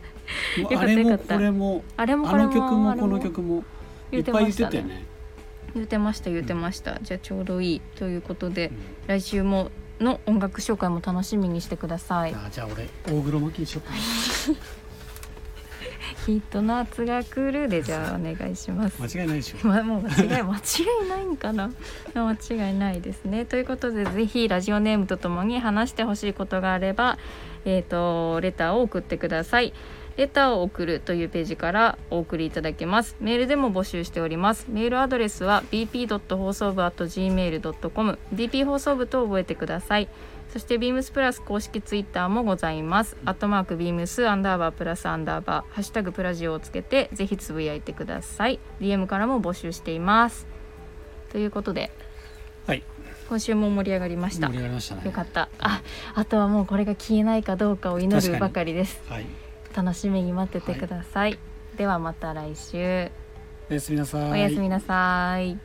Speaker 2: もう
Speaker 1: よか
Speaker 2: あ
Speaker 1: った
Speaker 2: れ
Speaker 1: よ
Speaker 2: も
Speaker 1: かった
Speaker 2: これも
Speaker 1: あれもこ
Speaker 2: あ
Speaker 1: れ
Speaker 2: の
Speaker 1: も
Speaker 2: 曲も
Speaker 1: あれ
Speaker 2: この曲もい
Speaker 1: 言
Speaker 2: っ
Speaker 1: って
Speaker 2: ぱい
Speaker 1: ま
Speaker 2: 言っ
Speaker 1: してた
Speaker 2: たよ
Speaker 1: ね
Speaker 2: ね
Speaker 1: 言ってました言ってました、じゃあちょうどいいということで、
Speaker 2: うん
Speaker 1: 来週もの音楽紹介も楽しみにしてください
Speaker 2: あじゃあ俺大黒摩季にしようかな
Speaker 1: 「きっと夏が来る」でじゃあお願いします
Speaker 2: 間違いないでしょ
Speaker 1: まもう間違い間違いないんかな 間違いないですねということでぜひラジオネームとともに話してほしいことがあればえっ、とレターを送ってくださいレターを送るというページからお送りいただけますメールでも募集しておりますメールアドレスは bp. 放送部 .gmail.com bp 放送部と覚えてくださいそしてビームスプラス公式ツイッターもございます。アットマークビームスアンダーバープラスアンダーバーハッシュタグプラジオをつけてぜひつぶやいてください。DM からも募集しています。ということで
Speaker 2: はい
Speaker 1: 今週も盛り上がりました。
Speaker 2: 盛り上
Speaker 1: よ
Speaker 2: がりましたね
Speaker 1: かった。あ、あとはもうこれが消えないかどうかを祈
Speaker 2: 確か
Speaker 1: る
Speaker 2: に
Speaker 1: ばかりです。
Speaker 2: はい
Speaker 1: 楽しみに待っててください。ではまた来週。
Speaker 2: おやすみなさい
Speaker 1: おやすみなさい